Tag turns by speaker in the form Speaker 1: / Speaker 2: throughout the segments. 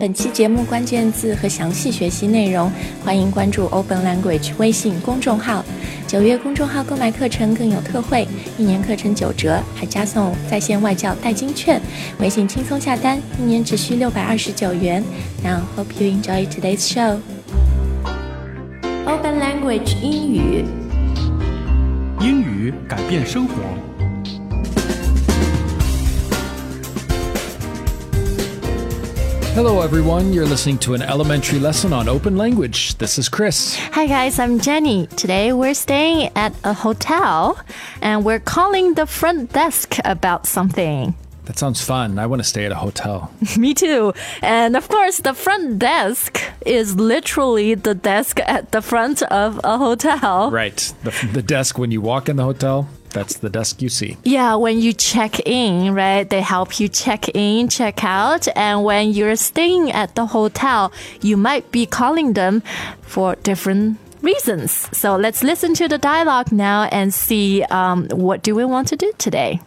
Speaker 1: 本期节目关键字和详细学习内容，欢迎关注 Open Language 微信公众号。九月公众号购买课程更有特惠，一年课程九折，还加送在线外教代金券，微信轻松下单，一年只需六百二十九元。Now hope you enjoy today's show. Open Language 英语
Speaker 2: 英语改变生活。
Speaker 3: Hello, everyone. You're listening to an elementary lesson on open language. This is Chris.
Speaker 4: Hi guys, I'm Jenny. Today we're staying at a hotel and we're calling the front desk about something.
Speaker 3: That sounds fun. I want to stay at a hotel.
Speaker 4: Me too. And of course, the front desk is literally the desk at the front of a hotel.
Speaker 3: Right. The, the desk when you walk in the hotel, that's the desk you see.
Speaker 4: Yeah, when you check in, right? They help you check in, check out. And when you're staying at the hotel, you might be calling them for different reasons. So let's listen to the dialogue now and see um, what do we want to do today.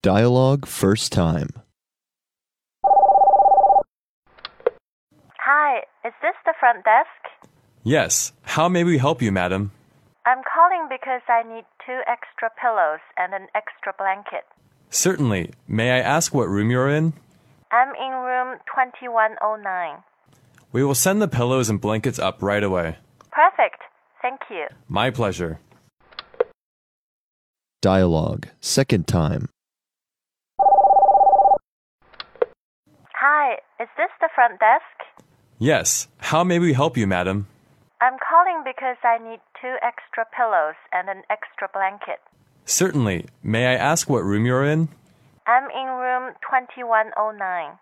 Speaker 5: Dialogue first time.
Speaker 6: Hi, is this the front desk?
Speaker 7: Yes. How may we help you, madam?
Speaker 6: I'm calling because I need two extra pillows and an extra blanket.
Speaker 7: Certainly. May I ask what room you're in?
Speaker 6: I'm in room 2109.
Speaker 7: We will send the pillows and blankets up right away.
Speaker 6: Perfect. Thank you.
Speaker 7: My pleasure.
Speaker 5: Dialogue second time.
Speaker 6: Hi, is this the front desk?
Speaker 7: Yes. How may we help you, madam?
Speaker 6: I'm calling because I need two extra pillows and an extra blanket.
Speaker 7: Certainly. May I ask what room you're in?
Speaker 6: I'm in room 2109.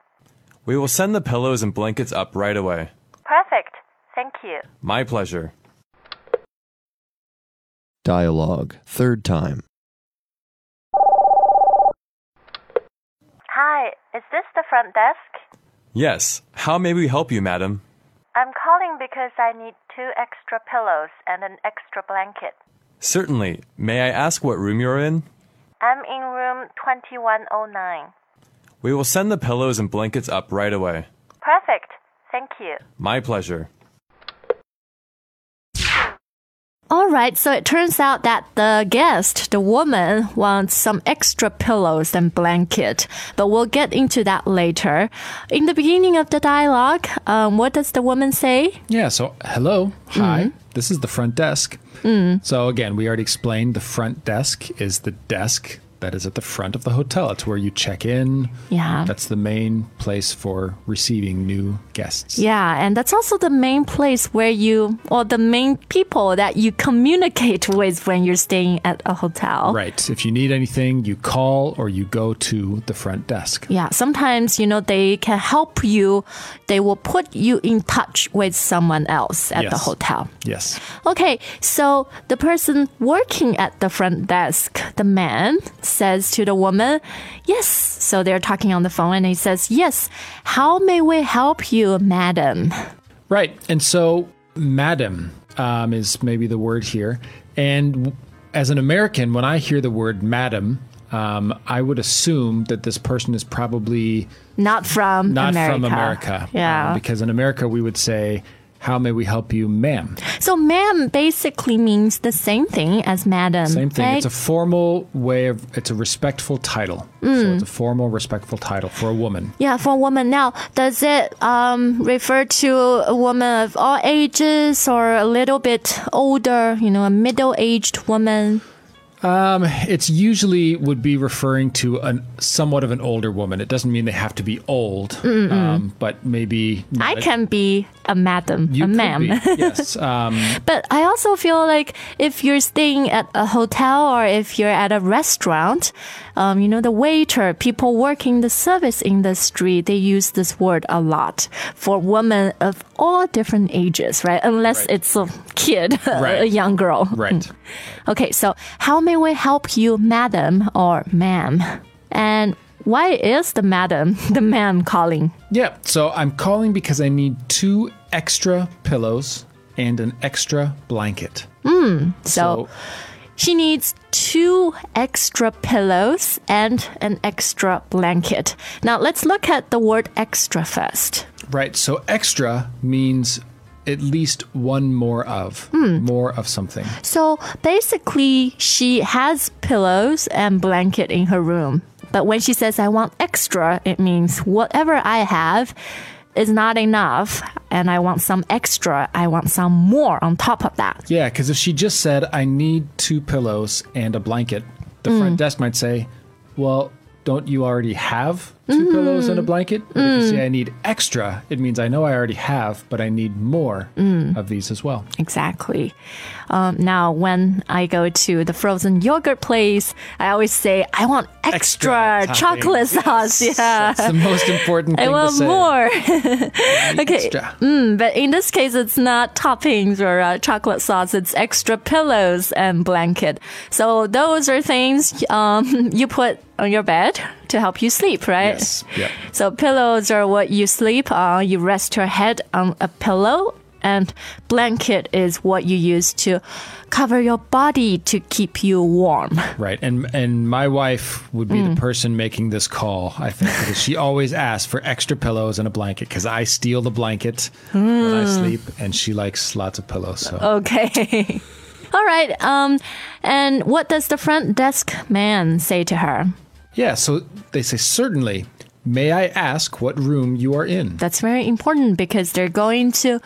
Speaker 7: We will send the pillows and blankets up right away.
Speaker 6: Perfect. Thank you.
Speaker 7: My pleasure.
Speaker 5: Dialogue third time.
Speaker 6: Hi, is this the front desk?
Speaker 7: Yes. How may we help you, madam?
Speaker 6: I'm calling because I need two extra pillows and an extra blanket.
Speaker 7: Certainly. May I ask what room you're in?
Speaker 6: I'm in room 2109.
Speaker 7: We will send the pillows and blankets up right away.
Speaker 6: Perfect. Thank you.
Speaker 7: My pleasure.
Speaker 4: All right, so it turns out that the guest, the woman, wants some extra pillows and blanket, but we'll get into that later. In the beginning of the dialogue, um, what does the woman say?
Speaker 3: Yeah, so hello. Hi.
Speaker 4: Mm-hmm.
Speaker 3: This is the front desk.
Speaker 4: Mm.
Speaker 3: So, again, we already explained the front desk is the desk that is at the front of the hotel. It's where you check in.
Speaker 4: Yeah.
Speaker 3: That's the main place for receiving new guests.
Speaker 4: Yeah, and that's also the main place where you, or the main people that you communicate with when you're staying at a hotel.
Speaker 3: Right. If you need anything, you call or you go to the front desk.
Speaker 4: Yeah, sometimes, you know, they can help you. They will put you in touch with someone else at the
Speaker 3: Yes.
Speaker 4: hotel.
Speaker 3: Yes.
Speaker 4: Okay, so the person working at the front desk, the man, says to the woman, Yes. So they're talking on the phone and he says, Yes, how may we help you, madam?
Speaker 3: Right. And so, madam um, is maybe the word here. And w- as an American, when I hear the word madam, um, I would assume that this person is probably
Speaker 4: Not from
Speaker 3: not
Speaker 4: America.
Speaker 3: from America.
Speaker 4: Yeah.
Speaker 3: Um, because in America, we would say, How may we help you, ma'am?
Speaker 4: so ma'am basically means the same thing as madam.
Speaker 3: Same thing.
Speaker 4: right?
Speaker 3: It's a formal way of, it's a respectful title. So, it's a formal, respectful title for a woman.
Speaker 4: yeah, for a woman now, does it um, refer to a woman of all ages or a little bit older, you know, a middle aged woman?
Speaker 3: It's usually would be referring to an somewhat of an older woman. It doesn't mean they have to be old, um, but maybe
Speaker 4: I can be a madam,
Speaker 3: You
Speaker 4: a
Speaker 3: could
Speaker 4: ma'am.
Speaker 3: be, yes. Um,
Speaker 4: But I also feel like if you're staying at a hotel or if you're at a restaurant, um, you know, the waiter, people working the service industry, they use this word a lot for women of all different ages, right? Unless it's a kid, a
Speaker 3: Right.
Speaker 4: young girl. Hmm.
Speaker 3: right.
Speaker 4: Okay, so how may we help you, madam or ma'am? And why is the madam, the ma'am calling?
Speaker 3: Yeah. So I'm calling because I need two extra pillows and an extra blanket.
Speaker 4: So, She needs two extra pillows and an extra blanket. Now let's look at the word extra first.
Speaker 3: Right. So extra means at least one more of, more of something.
Speaker 4: So basically, she has pillows and blanket in her room. But when she says, I want extra, it means whatever I have is not enough and I want some extra. I want some more on top of that.
Speaker 3: Yeah, because if she just said, I need two pillows and a blanket, the front desk might say, Well, don't you already have 2 pillows and a blanket? But If you say, I need extra, it means I know I already have, but I need more of these as well.
Speaker 4: Exactly. Um, now, when I go to the frozen yogurt place, I always say, I want extra,
Speaker 3: Extra topping.
Speaker 4: chocolate sauce. Yeah.
Speaker 3: That's the most important thing
Speaker 4: I
Speaker 3: to
Speaker 4: want
Speaker 3: say.
Speaker 4: more. okay.
Speaker 3: Extra.
Speaker 4: But in this case, it's not toppings or uh, chocolate sauce. It's extra pillows and blanket. So those are things um, you put on your bed to help you sleep, right?
Speaker 3: Yes. Yeah.
Speaker 4: So pillows are what you sleep on. You rest your head on a pillow. And blanket is what you use to cover your body to keep you warm.
Speaker 3: Right. And and my wife would be
Speaker 4: Mm.
Speaker 3: the person making this call, I think, because she always asks for extra pillows and a blanket because I steal the blanket when I
Speaker 4: Mm.
Speaker 3: sleep and she likes lots of pillows. So
Speaker 4: Okay. All right. Um, and what does the front desk man say to her?
Speaker 3: Yeah, so they say, certainly. May I ask what room you are in?
Speaker 4: That's very important because they're going to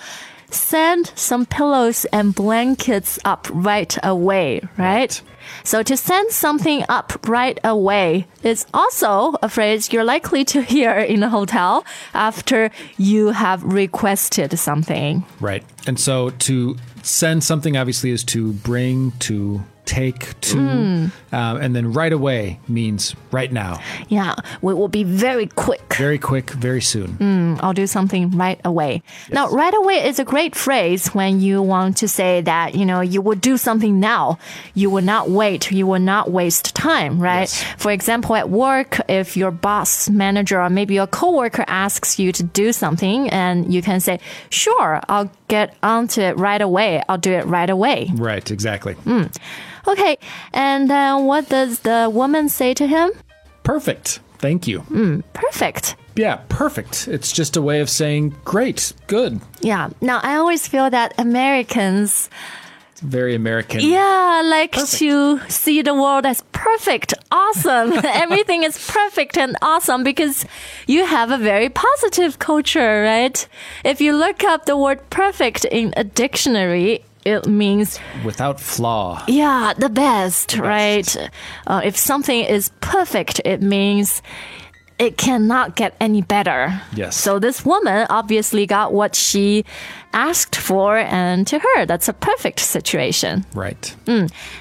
Speaker 4: send some pillows and blankets up right away, right? So to send something up right away is also a phrase you're likely to hear in a hotel after you have requested something.
Speaker 3: Right. And so to send something, obviously, is to bring, to take, to.
Speaker 4: Mm.
Speaker 3: Um, and then right away means right now.
Speaker 4: Yeah, we will be very quick.
Speaker 3: Very quick, very soon.
Speaker 4: I'll do something right away. Now, right away is a great phrase when you want to say that, you know, you will do something now. You will not wait. You will not waste time, right? For example, at work, if your boss, manager, or maybe your coworker asks you to do something and you can say, sure, I'll get onto it right away. I'll do it right away.
Speaker 3: Right, exactly.
Speaker 4: Okay. And then what does the woman say to him?
Speaker 3: Perfect. Thank you.
Speaker 4: Perfect.
Speaker 3: Yeah, perfect. It's just a way of saying great, good.
Speaker 4: Yeah. Now, I always feel that Americans
Speaker 3: It's very American.
Speaker 4: Yeah, I like to see the world as perfect, awesome. Everything is perfect and awesome because you have a very positive culture, right? If you look up the word perfect in a dictionary, it means,
Speaker 3: Without flaw.
Speaker 4: yeah, the best, right? Uh, if something is perfect, it means it cannot get any better.
Speaker 3: Yes.
Speaker 4: So this woman obviously got what she asked for, and to her, that's a perfect situation.
Speaker 3: Right.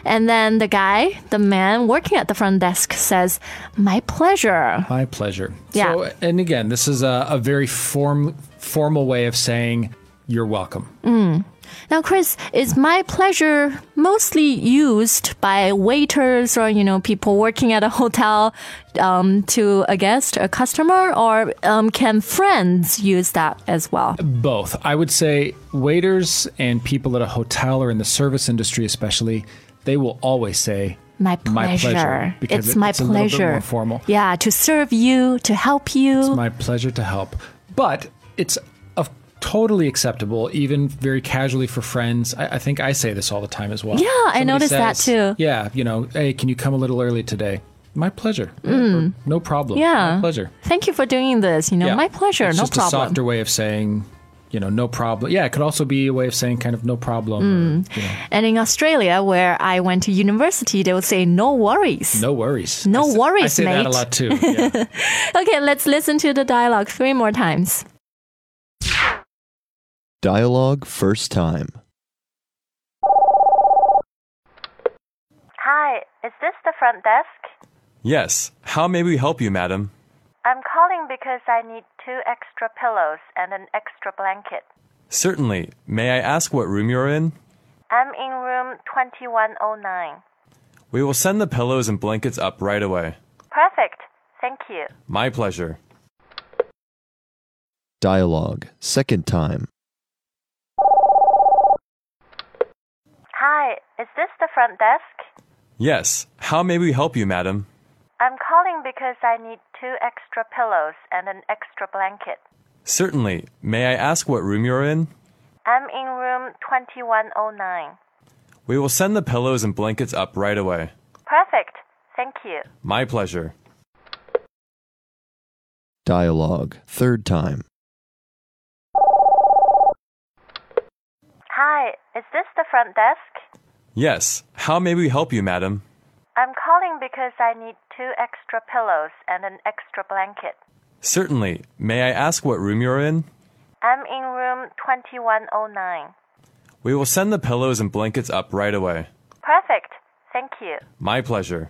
Speaker 4: And then the guy, the man working at the front desk says, My pleasure.
Speaker 3: My pleasure.
Speaker 4: Yeah.
Speaker 3: So, and again, this is a, a very form, formal way of saying you're welcome.
Speaker 4: Now, Chris, is my pleasure mostly used by waiters or, you know, people working at a hotel um, to a guest, a customer, or um, can friends use that as well?
Speaker 3: Both. I would say waiters and people at a hotel or in the service industry, especially, they will always say,
Speaker 4: My pleasure.
Speaker 3: My pleasure, because
Speaker 4: it's
Speaker 3: it-
Speaker 4: my
Speaker 3: it's a little bit
Speaker 4: pleasure.
Speaker 3: more formal.
Speaker 4: Yeah, to serve you, to help you.
Speaker 3: My pleasure to help. But it's a, totally acceptable, even very casually for friends. I, I think I say this all the time as well. Yeah,
Speaker 4: I noticed that too.
Speaker 3: Yeah, you know, hey, can you come a little early today? My pleasure. Or, no problem.
Speaker 4: Mm. Yeah.
Speaker 3: My pleasure.
Speaker 4: Thank you for doing this. You know,
Speaker 3: Yeah.
Speaker 4: my pleasure.
Speaker 3: It's
Speaker 4: no
Speaker 3: just
Speaker 4: problem.
Speaker 3: a softer way of saying, you know, no problem. Yeah, it could also be a way of saying kind of no problem.
Speaker 4: Mm.
Speaker 3: or, you know,
Speaker 4: And in Australia, where I went to university, they would say, no worries.
Speaker 3: no worries.
Speaker 4: No
Speaker 3: I s- I
Speaker 4: worries,
Speaker 3: say that a
Speaker 4: mate.
Speaker 3: lot too. Yeah.
Speaker 4: Okay, let's listen to the dialogue three more times.
Speaker 5: Dialogue first time.
Speaker 6: Hi, is this the front desk?
Speaker 7: Yes. How may we help you, madam?
Speaker 6: I'm calling because I need two extra pillows and an extra blanket.
Speaker 7: Certainly. May I ask what room you're in?
Speaker 6: I'm in room 2109.
Speaker 7: We will send the pillows and blankets up right away.
Speaker 6: Perfect. Thank you.
Speaker 7: My pleasure.
Speaker 5: Dialogue second time.
Speaker 6: Hi, Is this the front desk?
Speaker 7: Yes. How may we help you, madam?
Speaker 6: I'm calling because I need two extra pillows and an extra blanket.
Speaker 7: Certainly. May I ask what room you're in?
Speaker 6: I'm in room 2109.
Speaker 7: We will send the pillows and blankets up right away.
Speaker 6: Perfect. Thank you.
Speaker 7: My pleasure.
Speaker 5: Dialogue. Third time.
Speaker 6: Hi, is this the front desk?
Speaker 7: Yes. How may we help you, madam?
Speaker 6: I'm calling because I need two extra pillows and an extra blanket.
Speaker 7: Certainly. May I ask what room you're in?
Speaker 6: I'm in room 2109.
Speaker 7: We will send the pillows and blankets up right away.
Speaker 6: Perfect. Thank you.
Speaker 7: My pleasure.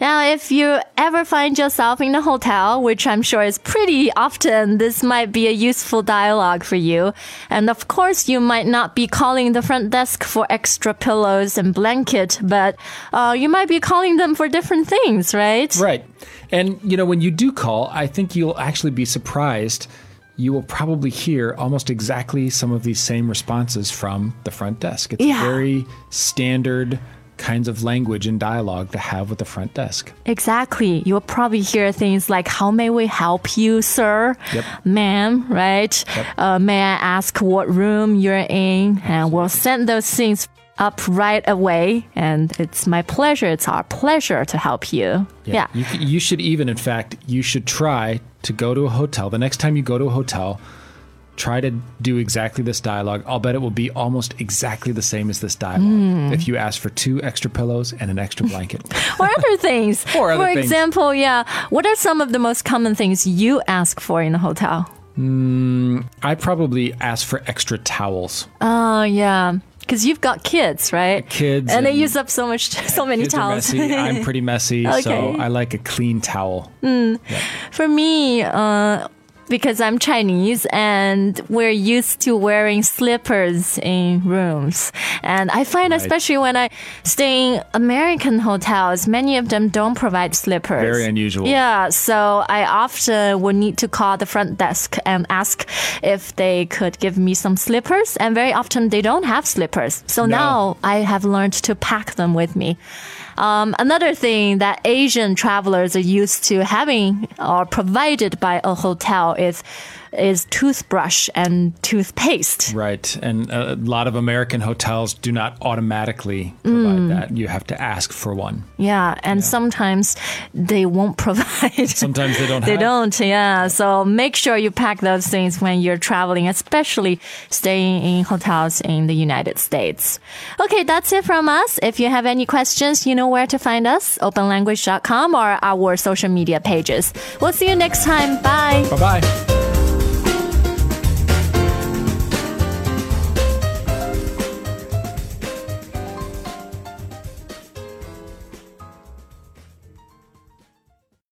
Speaker 4: Now, if you ever find yourself in a hotel, which I'm sure is pretty often, this might be a useful dialogue for you. And of course, you might not be calling the front desk for extra pillows and blanket, but uh, you might be calling them for different things, right?
Speaker 3: Right. And, you know, when you do call, I think you'll actually be surprised. You will probably hear almost exactly some of these same responses from the front desk. It's
Speaker 4: Yeah.
Speaker 3: very standard kinds of language and dialogue to have with the front desk.
Speaker 4: Exactly. You'll probably hear things like, How may we help you, sir? Ma'am, right? Uh, may I ask what room you're in? And we'll send those things up right away. And it's my pleasure. It's our pleasure to help you. Yeah.
Speaker 3: You, c- you should even, in fact, you should try to go to a hotel. The next time you go to a hotel, try to do exactly this dialogue. I'll bet it will be almost exactly the same as this dialogue
Speaker 4: Hmm.
Speaker 3: if you ask for two extra pillows and an extra blanket.
Speaker 4: or other things.
Speaker 3: Or other
Speaker 4: for
Speaker 3: things.
Speaker 4: example, yeah. What are some of the most common things you ask for in a hotel?
Speaker 3: I probably ask for extra towels.
Speaker 4: Oh, yeah. Because you've got kids, right?
Speaker 3: Uh, Kids
Speaker 4: And, they
Speaker 3: and-
Speaker 4: use up so much, so many
Speaker 3: Kids are
Speaker 4: towels.
Speaker 3: messy. I'm pretty messy, so
Speaker 4: Okay.
Speaker 3: I like a clean towel.
Speaker 4: For me, uh, because I'm Chinese and we're used to wearing slippers in rooms. And I find, especially when I stay in American hotels, many of them don't provide slippers.
Speaker 3: Very unusual.
Speaker 4: Yeah, so I often would need to call the front desk and ask if they could give me some slippers. And very often they don't have slippers. So now I have learned to pack them with me. Um, another thing that Asian travelers are used to having or provided by a hotel is is toothbrush and toothpaste.
Speaker 3: Right. And a lot of American hotels do not automatically provide
Speaker 4: Mm.
Speaker 3: that. You have to ask for one.
Speaker 4: Yeah, and sometimes they won't provide.
Speaker 3: Sometimes they don't
Speaker 4: They
Speaker 3: have
Speaker 4: don't, yeah. So make sure you pack those things when you're traveling, especially staying in hotels in the United States. Okay, that's it from us. If you have any questions, you know where to find us openlanguage.com or our social media pages. We'll see you next time. Bye.
Speaker 3: Bye bye.